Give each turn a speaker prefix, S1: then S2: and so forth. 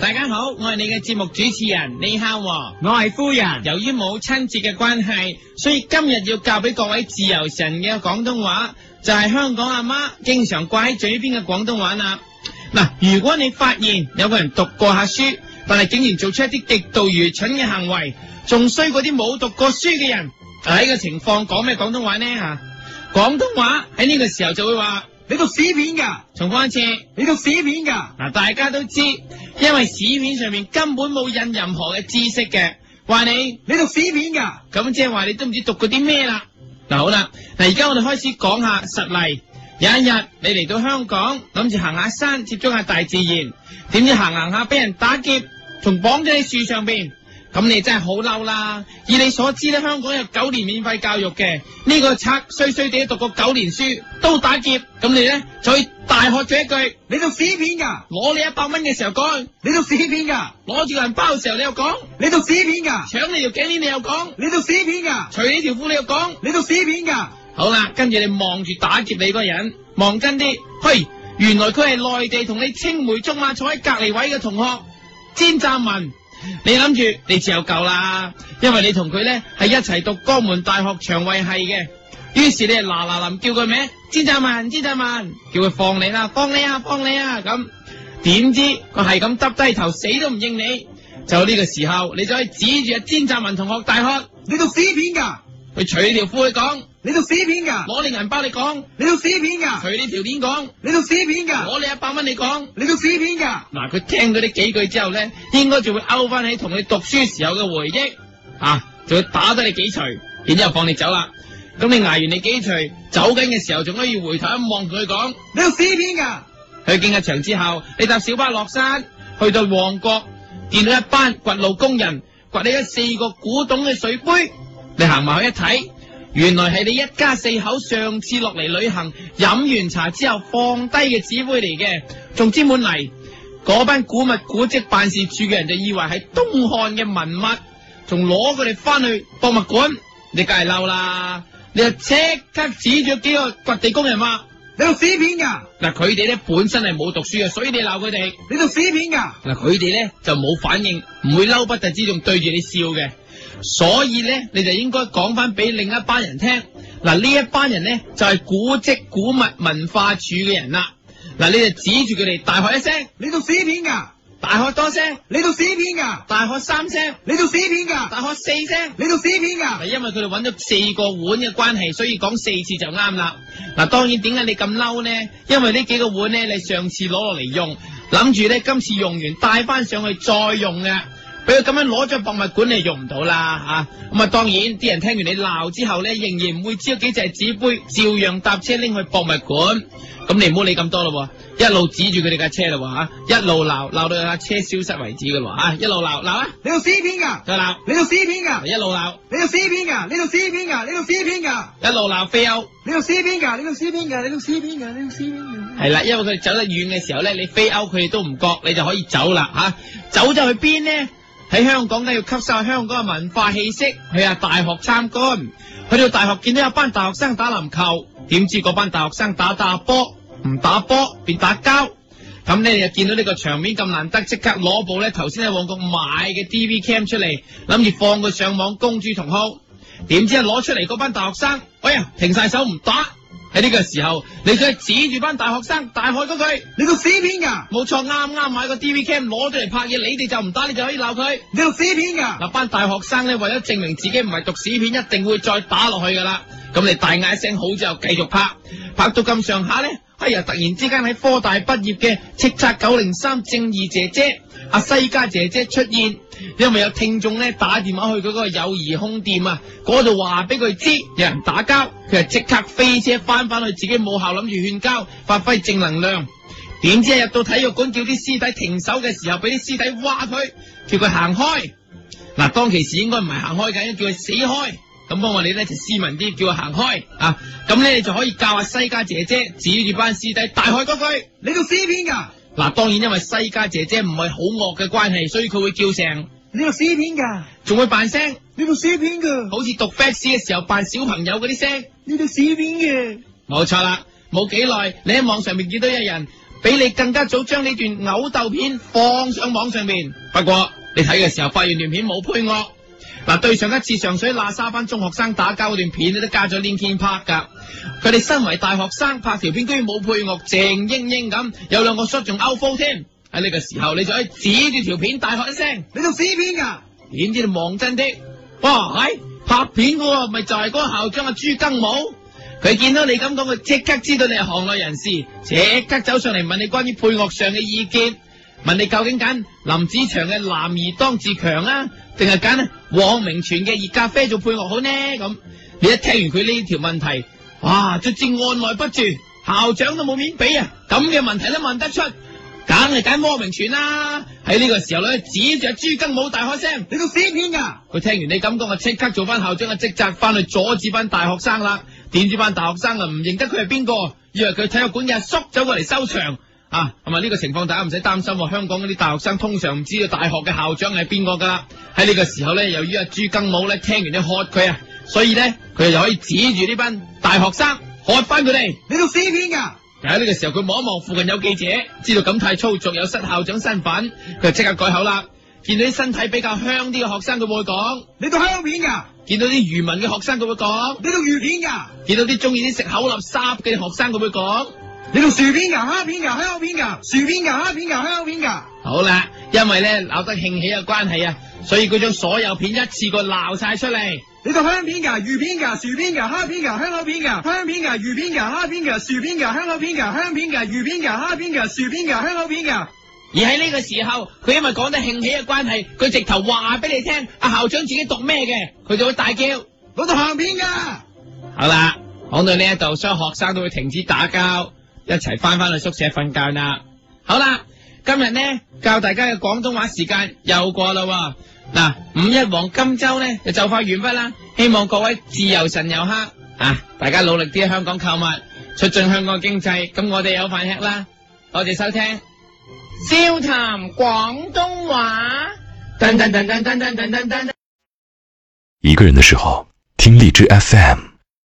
S1: 大家好，我系你嘅节目主持人李孝和。
S2: 我系夫人，
S1: 由于母亲节嘅关系，所以今日要教俾各位自由神嘅广东话，就系、香港阿妈经常挂喺嘴边嘅广东话啦。嗱，如果你发现有个人读过下书，但系竟然做出一啲极度愚蠢嘅行为，仲衰過啲冇读过书嘅人，喺呢个情况讲咩广东话呢？吓，广东话喺呢个时候就会话，
S2: 你读屎片噶，
S1: 重复一次。
S2: 你读屎片噶，
S1: 嗱，大家都知，因为市面上面根本冇印任何嘅知识嘅，话你
S2: 你读屎片噶，
S1: 咁即系话你都唔知读過啲咩啦。嗱好啦，嗱而家我哋開始講下實例。有一日你嚟到香港，諗住行下山，接觸下大自然，點知行行下俾人打劫，仲綁咗喺樹上邊。咁你真係好嬲啦！以你所知咧，香港有九年免費教育嘅，呢、個賊衰衰地都讀過九年書都打劫，咁你咧就去大喝咗一句，
S2: 你讀屎片噶，
S1: 攞你一百蚊嘅時候講，
S2: 你讀屎片噶，
S1: 攞住個銀包嘅時候你又講，
S2: 你讀屎片噶，
S1: 搶你條頸鏈你又講，
S2: 你讀屎片噶，
S1: 除你條褲你又講。
S2: 你讀屎片噶，
S1: 好啦，跟住你望住打劫你嗰個人，望真啲，嘿，原來佢係內地同你青梅竹馬坐喺隔離位嘅同學詹湛文。你諗住你自有救啦，因為你同佢咧係一齊讀江門大學腸胃系嘅。於是你就嗱嗱臨叫佢名詹湛文，詹湛文，叫佢放你啦，放你啊，放你啊咁。點知佢係咁耷低頭，死都唔應你。就呢個時候，你就可以指住阿詹湛文同學大喝，
S2: 你讀屎片噶，
S1: 佢除你條褲去講，
S2: 你讀屎片噶，
S1: 攞你銀包你講。
S2: 你讀屎片噶，
S1: 啊佢呢條鏈講，
S2: 你讀屎片噶，
S1: 攞你一百蚊你講。
S2: 你讀屎片噶，
S1: 嗱，佢聽咗呢幾句之後咧，應該就會勾翻起同你讀書時候嘅回憶，啊，就會打得你幾錘，然之後放你走啦。咁你挨完你幾錘，走緊嘅時候仲可以回頭一望佢講，
S2: 你讀屎片噶，
S1: 去競一場之後，你搭小巴落山，去到旺角，見到一班掘路工人掘起咗四個古董嘅水杯，你行埋去一睇，原來係你一家四口上次落嚟旅行飲完茶之後放低嘅紙杯嚟嘅，仲沾滿泥。嗰班古物古蹟辦事處嘅人就以為係東漢嘅文物，仲攞佢哋翻去博物館，你梗係嬲啦！你就即刻指住幾個掘地工人話。
S2: 你讀屎片噶，
S1: 嗱，佢哋咧本身係冇讀書嘅，所以你鬧佢哋，
S2: 你讀屎片噶，
S1: 嗱佢哋咧就冇反應，唔會嬲不特止，仲對住你笑嘅。所以咧，你就應該講翻俾另一班人聽。嗱，呢一班人咧就係、古蹟古物文化處嘅人啦。嗱，你就指住佢哋大喝一聲，
S2: 你讀屎片噶，
S1: 大喝多聲，
S2: 你讀屎片噶，
S1: 大喝三聲，
S2: 你讀屎片噶，
S1: 大喝四聲。
S2: 你讀屎片噶
S1: 嗱，，因為佢哋揾咗四個碗嘅關係，所以講四次就啱啦。嗱，當然點解你咁嬲呢？因為呢幾個碗呢，你上次攞落嚟用，諗住呢今次用完帶翻上去再用嘅。俾佢咁樣攞咗博物館，你用唔到啦吓。咁啊，當然啲人聽完你鬧之後呢，仍然唔會知道幾隻紙杯，照樣搭車拎去博物館。咁你唔好理咁多咯喎，一路指住佢哋架車啦喎嚇，一路鬧鬧到架車消失為止嘅喎嚇，一路鬧鬧啊，
S2: 你讀屎片噶，
S1: 再鬧，
S2: 你讀屎片噶，
S1: 一路鬧，
S2: 你讀屎片噶，你讀屎片噶，你讀屎片噶。
S1: 一路鬧飛歐。
S2: 你讀屎邊噶？你讀屎邊噶？你讀屎邊噶？你讀屎邊噶？
S1: 系啦，因為佢哋走得遠嘅時候咧，你飛歐佢哋都唔覺，你就可以走啦吓、走咗去邊呢？喺香港梗係要吸收香港嘅文化氣息，去下大學參觀。去到大學見到一班大學生打籃球，點知嗰班大學生打打波，唔打波便打交。咁咧你就見到呢個場面咁難得，即刻攞部咧頭先喺旺角買嘅 DV cam 出嚟，諗住放佢上網公諸同好。點知一攞出嚟嗰班大學生，哎呀，停晒手唔打。喺呢個時候，你想指住班大學生大喝嗰句，
S2: 你讀屎邊噶？
S1: 冇錯，啱啱買個 DV cam 攞咗嚟拍嘢，你哋就唔打，你就可以鬧佢。
S2: 你讀屎邊噶？
S1: 嗱，班大學生咧，為咗證明自己唔係讀屎片，一定會再打落去噶啦。咁你大嗌一聲好之後，繼續拍，拍到咁上下咧，哎呀！突然之間喺科大畢業嘅叱咤九零三正義姐姐阿西家姐姐出現，因為有聽眾咧打電話去佢嗰個友誼空店啊，嗰度話俾佢知有人打交，佢就即刻飛車翻返去自己母校，諗住勸交，發揮正能量。點知入到體育館叫啲師弟停手嘅時候，俾啲師弟話佢，叫佢行開。嗱，當其時應該唔係行開嘅，應該叫佢死開。咁幫我哋咧就斯文啲，叫佢行開啊！咁咧你就可以教阿西家姐姐指住班師弟大喝嗰句。
S2: 你讀屎邊噶？
S1: 嗱，當然因為西家姐姐唔係好惡嘅關係，所以佢會叫成，
S2: 你讀屎邊噶？
S1: 仲會扮聲，
S2: 你讀屎邊噶？
S1: 好似讀 fax 嘅時候扮小朋友嗰啲聲。
S2: 你讀屎邊嘅？
S1: 冇錯啦，冇幾耐，你喺網上面見到有人比你更加早將呢段嘔鬥片放上網上面。不過你睇嘅時候發現段片冇配樂。嗱，對上一次上水喇沙班中學生打交嗰段片，你都加咗 Linkin Park 噶。佢哋身為大學生拍條片，居然冇配樂，靜英英咁，有兩個 shot 仲 out f 添。喺呢個時候，你就可以指住條片大喝一聲。
S2: 你做屎片噶？
S1: 點知你望真啲？哇，係拍片嗰個咪就係嗰個校長阿朱更武。佢見到你咁講，佢即刻知道你係行內人士，即刻走上嚟問你關於配樂上嘅意見，問你究竟揀林子祥嘅《男兒當自強》啊，定係揀黃明全嘅《熱咖啡》做配樂好呢？咁你一聽完佢呢條問題，哇，卒之按耐不住，校長都冇面俾啊！咁嘅問題都問得出，梗係揀汪明荃啦。喺呢個時候咧，指住阿朱更武大喝聲。
S2: 你做屎片噶？
S1: 佢聽完你咁講，我即刻做翻校長嘅職責，翻去阻止班大學生啦。點知班大學生啊唔認得佢係邊個，以為佢體育館嘅阿叔走過嚟收場啊！咁啊呢個情況大家唔使擔心喎，香港嗰啲大學生通常唔知道大學嘅校長係邊個噶啦。喺呢個時候咧，由於阿朱更武咧聽完你喝佢啊，所以咧佢就可以指住呢班大學生喝翻佢哋。
S2: 你做屎片噶？
S1: 但喺呢個時候，佢望一望附近有記者，知道咁太粗俗有失校長身份，佢就即刻改口啦。見到啲身體比較香啲嘅學生，佢會講。
S2: 你做香片噶？
S1: 見到啲漁民嘅學生佢會講，
S2: 你做魚片噶？
S1: 見到啲中意啲食口立沙嘅學生佢會講。
S2: 你做薯片噶？蝦片噶？香片噶？薯片噶？蝦片噶？香片噶？
S1: 好啦，因為咧鬧得興起嘅關係啊，所以佢將所有片一次過鬧晒出嚟。
S2: 你做香片噶？魚片噶？薯片噶？蝦片噶？香口片噶？香片噶？魚片噶？蝦片噶？薯片噶？香口片噶？香片噶？魚片噶？蝦片噶？薯片噶？香口片噶？
S1: 而喺呢個時候，佢因為講得興起嘅關係，佢直頭話俾你聽，阿校長自己讀咩嘅，佢就會大叫。
S2: 我做鹹片噶？
S1: 好啦，講到呢一度，所有學生都會停止打交，一齊翻返去宿舍瞓覺啦。好啦，今日呢教大家嘅廣東話時間又過啦喎。嗱，五一黃金周呢就就快完畢啦，希望各位自由神遊客啊，大家努力啲喺香港購物，促進香港經濟，咁我哋有飯吃啦。多謝收聽，笑談廣東話。噔噔噔噔噔噔噔噔噔。
S3: 一个人的时候，听荔枝 FM。